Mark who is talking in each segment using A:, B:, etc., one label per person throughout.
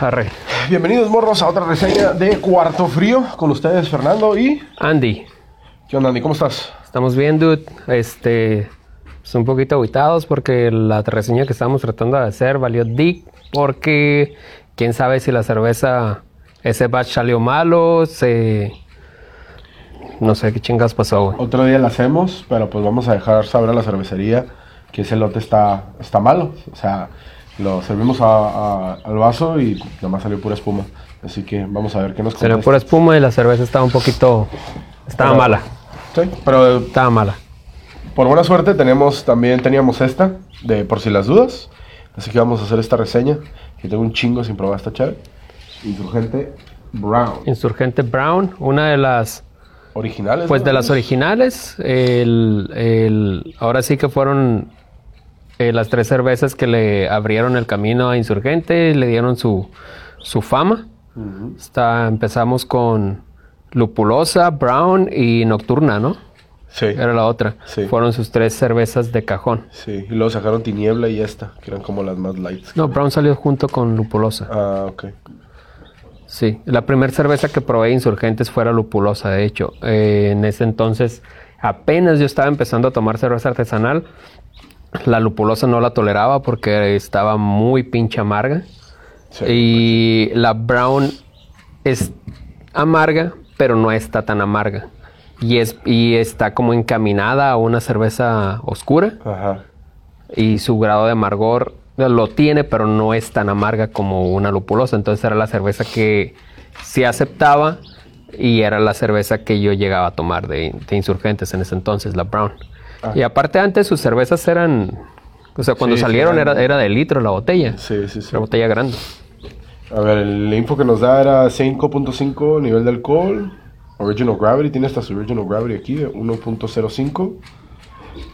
A: Arre.
B: Bienvenidos, morros, a otra reseña de Cuarto Frío. Con ustedes, Fernando y...
A: Andy,
B: ¿Qué onda, Andy? ¿Cómo estás?
A: estamos bien, dude. Este, pues, un poquito aguitados porque la reseña que estábamos tratando de hacer valió dick porque quién sabe si la cerveza, ese batch salió malo, se... No sé qué chingas pasó, güey.
B: Otro día la hacemos, pero pues vamos a dejar saber a la cervecería que ese lote está, está malo. O sea, lo servimos a- a- al vaso y nada más salió pura espuma. Así que vamos a ver qué nos
A: Salió
B: contesta.
A: pura espuma y la cerveza estaba un poquito... Estaba
B: Pero-
A: mala,
B: Sí, pero
A: estaba mala.
B: Por buena suerte tenemos también teníamos esta de por si las dudas, así que vamos a hacer esta reseña que tengo un chingo sin probar esta chave. Insurgente Brown,
A: Insurgente Brown, una de las...
B: originales.
A: Pues
B: ¿no?
A: de las originales, el, el- ahora sí que fueron eh, las tres cervezas que le abrieron el camino a Insurgente, le dieron su, su fama.
B: Ujú.
A: Está, empezamos con Lupulosa, Brown y Nocturna, ¿no?
B: Sí.
A: Era la otra.
B: Sí.
A: Fueron sus tres cervezas de cajón.
B: Sí, y luego sacaron Tiniebla y esta, que eran como las más lights.
A: No, Brown salió junto con Lupulosa.
B: Ah, ok.
A: Sí, la primera cerveza que probé de Insurgentes fue la lupulosa, de hecho. Eh, en ese entonces apenas yo estaba empezando a tomar cerveza artesanal. La lupulosa no la toleraba porque estaba muy pinche amarga.
B: Sí.
A: y la brown es amarga, pero no está tan amarga. Y, es, y está como encaminada a una cerveza oscura
B: Ajá.
A: y su grado de amargor lo tiene, pero no es tan amarga como una lupulosa. Entonces era la cerveza que se aceptaba y era la cerveza que yo llegaba a tomar de, de insurgentes en ese entonces, la Brown.
B: Ah.
A: Y aparte antes sus cervezas eran, o sea, cuando
B: Sí, sí,
A: salieron
B: eran-
A: era, era de litro la botella,
B: Sí, sí, sí.
A: la botella grande.
B: A ver, el info que nos da era 5.5 nivel de alcohol. Original Gravity, tiene hasta su Original Gravity aquí, de 1.05.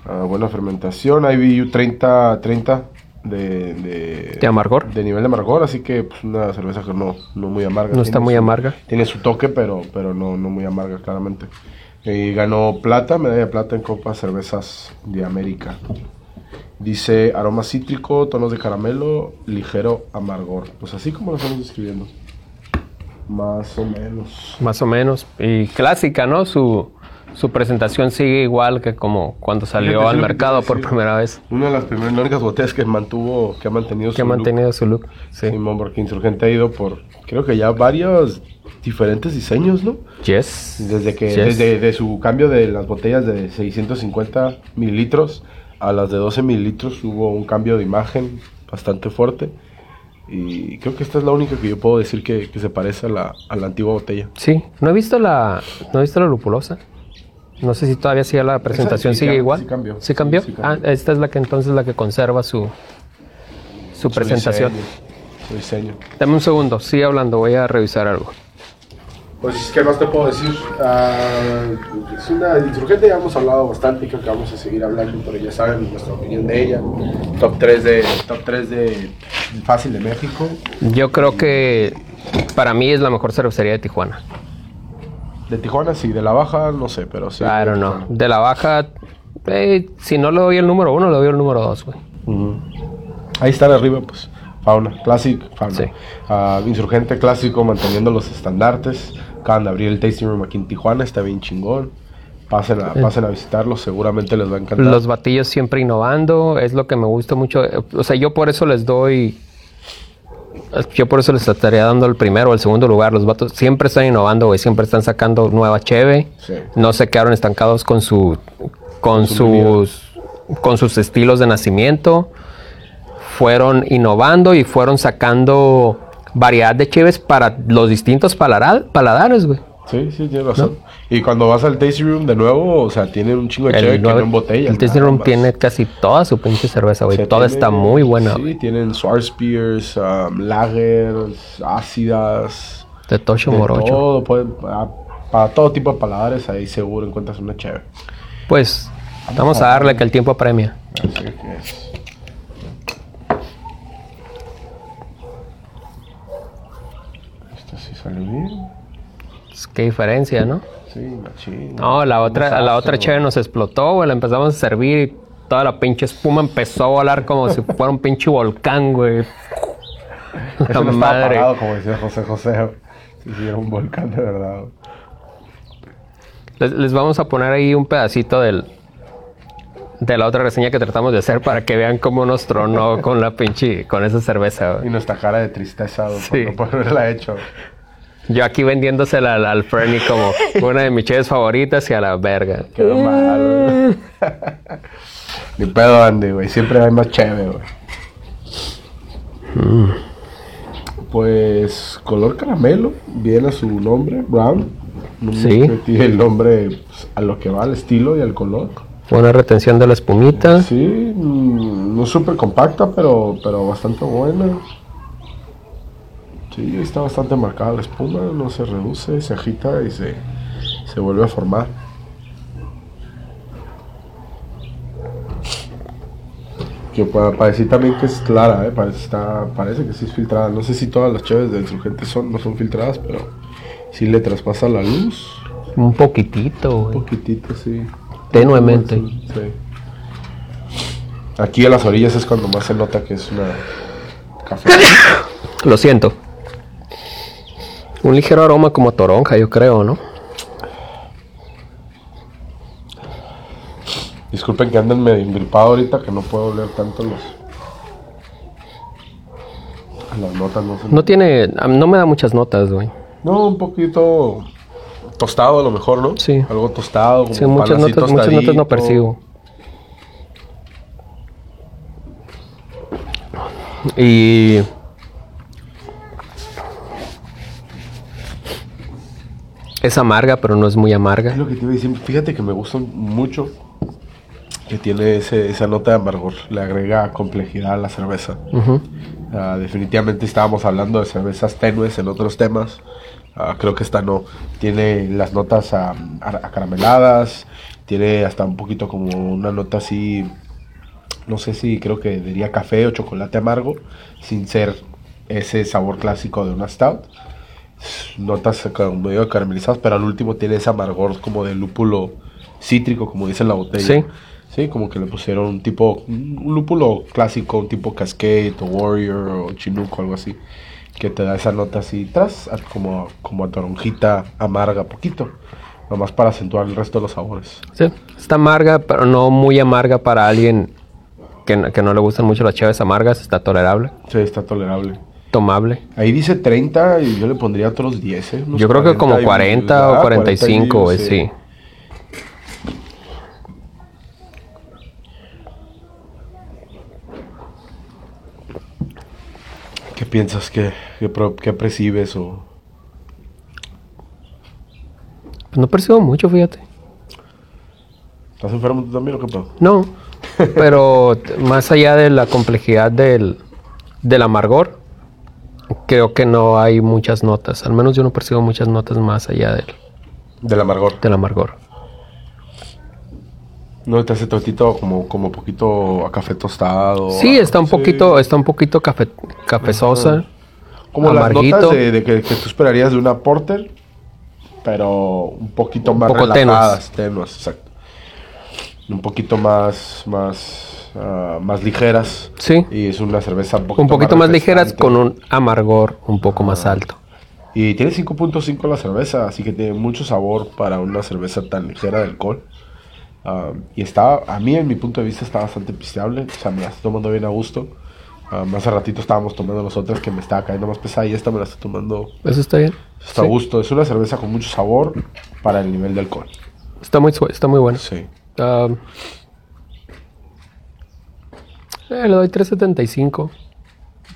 B: Ah, buena fermentación, IBU 30, 30 de, de,
A: De amargor.
B: de nivel de amargor, así que pues, una cerveza que no, no muy amarga.
A: No
B: Tiene
A: está muy
B: su-
A: amarga.
B: Tiene su toque, pero, pero no, no muy amarga, claramente. Y ganó plata, medalla de plata en Copa Cervezas de América. Dice aroma cítrico, tonos de caramelo, ligero amargor. Pues así como lo estamos describiendo. Más o menos.
A: Más o menos. Y clásica, ¿no? Su, su presentación sigue igual que como cuando salió
B: Fíjate, es
A: al
B: lo que te iba a
A: mercado por
B: decir.
A: primera vez.
B: Una de las primeras las únicas botellas que mantuvo, que ha mantenido
A: Que ha
B: look.
A: mantenido su look. Sí.
B: Simón, porque Insurgente ha ido por, creo que ya varios diferentes diseños, ¿no?
A: Yes.
B: Desde que
A: Yes.
B: desde de su cambio de las botellas de 650 mililitros a las de 12 mililitros hubo un cambio de imagen bastante fuerte. Y creo que esta es la única que yo puedo decir que, que se parece a la, a la antigua botella.
A: Sí, no he visto la, no he visto la lupulosa. No sé si todavía sigue la presentación,
B: sí
A: sigue
B: cam-
A: igual.
B: sí cambió.
A: ¿Sí cambió?
B: Sí, sí cambió.
A: Ah, esta es la que entonces la que conserva su, su presentación.
B: Su diseño. su diseño.
A: Dame un segundo, sigue hablando, voy a revisar algo.
B: Pues, ¿qué más te puedo decir? Ah, es una insurgente, ya hemos hablado bastante y creo que vamos a seguir hablando, pero ya saben nuestra opinión de ella. Top 3 de, top 3 de Fácil de México.
A: Yo creo que para mí es la mejor cervecería de Tijuana.
B: De Tijuana, sí, de la baja, no sé, pero sí.
A: Claro, no. De la baja, eh, si no le doy el número uno, le doy el número dos, güey.
B: Ujú. Ahí están arriba, pues. Fauna, Classic, Fauna.
A: Sí.
B: Ah, insurgente clásico, manteniendo los estandartes. Acaban de abrir el Tasting Room aquí en Tijuana, está bien chingón. Pasen a, pasen a visitarlo, seguramente les va a encantar.
A: Los batillos siempre innovando, es lo que me gusta mucho. Eh, O sea, yo por eso les doy. Yo por eso les estaría dando el primero o el segundo lugar. Los vatos siempre están innovando, güey. Siempre están sacando nueva cheve.
B: Sí.
A: No se quedaron estancados con su. con
B: Su
A: sus. con sus estilos de nacimiento. Fueron innovando y fueron sacando variedad de cheves para los distintos palara- paladares, güey.
B: Sí, sí, tienes razón. Y cuando vas al Tasting Room de nuevo, o sea, tienen un chingo de chévere
A: El,
B: Pues que
A: nueve-
B: no en botella.
A: el Tasting
B: nada
A: Room
B: más.
A: tiene casi toda su pinche cerveza,
B: O sea,
A: güey. Toda
B: tiene-
A: está muy buena,
B: Sí,
A: güey.
B: tienen Swarspears, um, Lagers, ácidas.
A: De Tocho
B: de
A: Morocho.
B: todo, pueden- para, para todo tipo de paladares, ahí seguro encuentras una chévere.
A: Pues vamos a darle que el tiempo apremia.
B: Así que es. Esta sí salió bien.
A: Pues, Qué diferencia, ¿no?
B: Sí, machín.
A: No, la otra, la otra cheve nos explotó, güey. La empezamos a servir y toda la pinche espuma empezó a volar como si fuera un pinche volcán, güey.
B: Eso no estaba
A: madre.
B: apagado, como decía José José. Sí, sí, era un volcán de verdad.
A: Les, les vamos a poner ahí un pedacito del, de la otra reseña que tratamos de hacer para que vean cómo nos tronó con la pinche, con esa cerveza. güey.
B: Y nuestra cara de tristeza güey,
A: Sí.
B: por no haberla hecho.
A: Yo aquí vendiéndosela al, al Fernie como una de mis cheves favoritas y a la verga.
B: Quedó mal. güey. Ni pedo, Andy, güey. Siempre hay más chévere, güey.
A: Mm.
B: Pues color caramelo, viene a su nombre, brown. No me
A: Sí.
B: metí el nombre pues, a lo que va, al estilo y al color.
A: Buena retención de la espumita.
B: Sí, mm, no súper compacta, pero, pero bastante buena. Sí, está bastante marcada la espuma, no se reduce, se agita y se, se vuelve a formar. Que pa- parece también que es clara, ¿eh? parece, está, parece que sí es filtrada. No sé si todas las chaves del surgente son, no son filtradas, pero sí le traspasa la luz.
A: Un poquitito,
B: Un
A: güey.
B: poquitito, sí.
A: Tenuemente.
B: Sí. Aquí a las orillas es cuando más se nota que es una café.
A: Lo siento. Un ligero aroma como a toronja, yo creo, ¿no?
B: Disculpen que anden medio engripado ahorita que no puedo oler tanto los. a Las notas no se.
A: No tiene, a mí no me da muchas notas, güey.
B: No, un poquito tostado a lo mejor, ¿no?
A: Sí.
B: Algo tostado, como
A: Sí, muchas
B: pan así
A: notas, muchas notas
B: tostadito.
A: no percibo. Y es amarga, pero no es muy
B: Es
A: amarga.
B: lo que te iba a decir. Fíjate que me gusta mucho que tiene ese- esa nota de amargor. Le agrega complejidad a la cerveza.
A: Ujú.
B: Ah, definitivamente estábamos hablando de cervezas tenues en otros temas. Ah, creo que esta no. Tiene las notas ah, ar- acarameladas. Tiene hasta un poquito como una nota así. No sé si creo que diría café o chocolate amargo. Sin ser ese sabor clásico de una stout. Notas como medio caramelizadas, pero al último tiene ese amargor como de lúpulo cítrico, como dice en la botella.
A: Sí.
B: Sí, como que le pusieron un tipo, un lúpulo clásico, un tipo Cascade o Warrior o Chinook o algo así, que te da esa nota así tras, a- como, como a toronjita amarga, poquito, nomás para acentuar el resto de los sabores.
A: Sí, está amarga, pero no muy amarga para alguien que, no- que no le gustan mucho las chaves amargas. Está tolerable,
B: Sí, está tolerable.
A: tomable.
B: Ahí dice 30 y yo le pondría otros 10. ¿eh? Unos
A: Yo creo que como
B: 40 y-
A: 40
B: ah,
A: o 45,
B: y-
A: güey, sí.
B: ¿Qué piensas que, que, pro- que percibes o...?
A: Pues no percibo mucho, fíjate.
B: ¿Estás enfermo tú también o qué pedo?
A: No, pero t- más allá de la complejidad del, del amargor, creo que no hay muchas notas. Al menos yo no percibo muchas notas más allá del,
B: Del amargor.
A: del amargor.
B: No, te hace tantito como, como poquito a café tostado.
A: Sí,
B: a-
A: está un
B: Oh, sí.
A: poquito, está un poquito cafe, cafezosa.
B: Como
A: Amarguito.
B: las notas de, de que, que tú esperarías de una porter, pero un poquito más
A: poco
B: relajadas, tenuas, exacto. Un poquito más, más, ah, más ligeras.
A: Sí,
B: Y es una cerveza un poquito,
A: un poquito más ligeras
B: refrescante.
A: con un amargor un poco más alto.
B: Y tiene 5.5 la cerveza, así que tiene mucho sabor para una cerveza tan ligera de alcohol. Ah, y está, a mí en mi punto de vista está bastante pisteable, o sea, me la estoy tomando bien a gusto. Ah, más a ratito estábamos tomando las otras que me estaba cayendo más pesada y esta me la estoy tomando
A: Eso está bien.
B: Está a
A: Sí.
B: gusto, es una cerveza con mucho sabor para el nivel de alcohol.
A: Está muy, sue- está muy bueno.
B: Sí.
A: Ah, eh, le doy 3.75.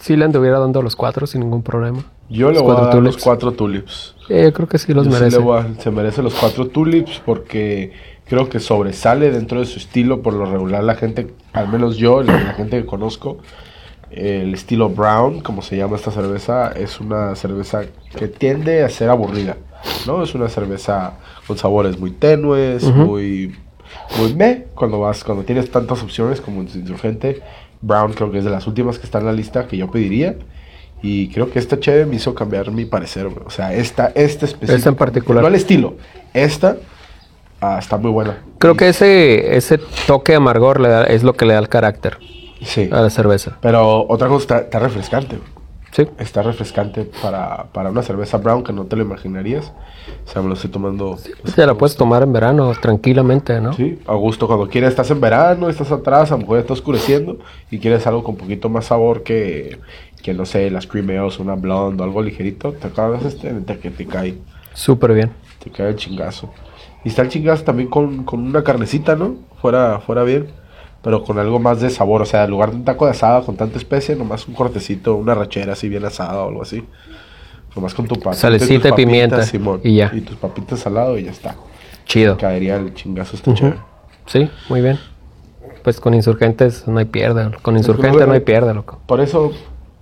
A: Sí le anduviera dando los cuatro sin ningún problema.
B: Yo le
A: Los
B: voy a
A: cuatro
B: dar los
A: tulips.
B: cuatro tulips.
A: Eh, yo creo que sí los
B: Yo sí
A: merece.
B: le voy a- se merece los cuatro tulips porque creo que sobresale dentro de su estilo. Por lo regular, la gente, al menos yo, la, la gente que conozco, el estilo brown, como se llama esta cerveza, es una cerveza que tiende a ser aburrida. ¿no? Es una cerveza con sabores muy tenues, muy, muy meh. Cuando, vas, cuando tienes tantas opciones como insurgente, brown creo que es de las últimas que está en la lista que yo pediría. Y creo que esta chévere me hizo cambiar mi parecer, güey. O sea, esta, esta específica.
A: Esta en particular.
B: No el estilo. Esta ah, está muy buena.
A: Creo que ese, ese toque de amargor le da- es lo que le da el carácter
B: Sí.
A: a la cerveza.
B: Pero otra cosa, está, está refrescante. güey.
A: Sí.
B: Está refrescante para, para una cerveza brown que no te lo imaginarías. O sea, me lo estoy tomando
A: Se la puedes tomar en verano tranquilamente, ¿no?
B: Sí, a gusto cuando quieres, estás en verano, estás atrás, a lo mejor está oscureciendo y quieres algo con poquito más sabor que, que no sé, las cream ales, una blonde o algo ligerito, te acabas este neta que te cae,
A: Súper bien.
B: te cae el chingazo. Y está el chingazo también con, con una carnecita, ¿no? Fuera, fuera bien, pero con algo más de sabor, o sea, en lugar de un taco de asada con tanta especie, nomás un cortecito, una rachera así bien asada o algo así. Nomás con tu papita. tus
A: Salecita y pimienta,
B: Simón,
A: y ya.
B: Y tus papitas al lado y ya está.
A: Chido.
B: Caería el chingazo, este está chévere.
A: Sí, muy bien. Pues con insurgentes no hay pierde. Con
B: Pues
A: insurgentes no hay pierde, loco.
B: Por eso,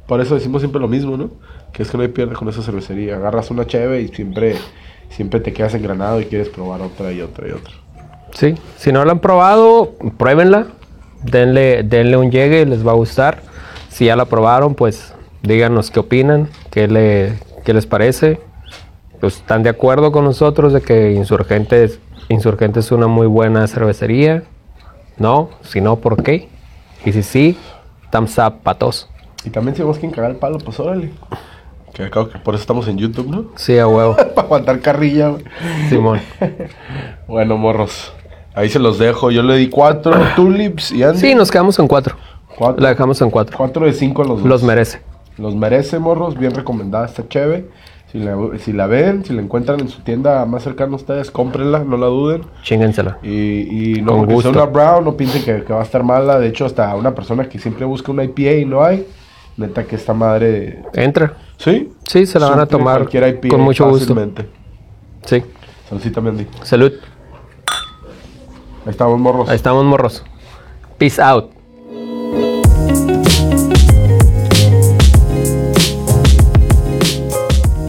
B: por eso decimos siempre lo mismo, ¿no? Que es que no hay pierde con esa cervecería. Agarras una cheve y siempre, siempre te quedas engranado y quieres probar otra y otra y otra.
A: Sí, si no la han probado, pruébenla. Denle, denle un llegue, les va a gustar. Si ya la probaron, pues díganos qué opinan, qué, le, qué les parece. Pues, ¿Están de acuerdo con nosotros de que Insurgentes, Insurgentes es una muy buena cervecería? No, si no, ¿por qué? Y si sí, thumbs up, patos.
B: Y también si vos quien cagar el palo, pues órale. Que creo que por eso estamos en YouTube, ¿no?
A: Sí, a huevo,
B: Para aguantar carrilla, güey.
A: Simón.
B: Bueno, morros. Ahí se los dejo. Yo le di cuatro tulips y Andy.
A: Sí, nos quedamos en cuatro.
B: Cuatro.
A: La dejamos en cuatro.
B: Cuatro de cinco los dos.
A: Los merece.
B: Los merece, morros. Bien recomendada esta cheve. Si la, si la ven, si la encuentran en su tienda más cercana a ustedes, cómprenla, no la duden.
A: Chíngensela.
B: Y, y no
A: Con
B: porque sea
A: gusto.
B: una brown, no piensen que, que va a estar mala. De hecho, hasta una persona que siempre busca una IPA y no hay, neta que esta madre...
A: Entra.
B: ¿Sí?
A: Sí, se la van a
B: Suple
A: tomar
B: cualquier IPA
A: con mucho gusto.
B: fácilmente.
A: Sí.
B: Saludcita, Mendy.
A: Salud.
B: Ahí estamos, morros.
A: Ahí estamos, morros. Peace out.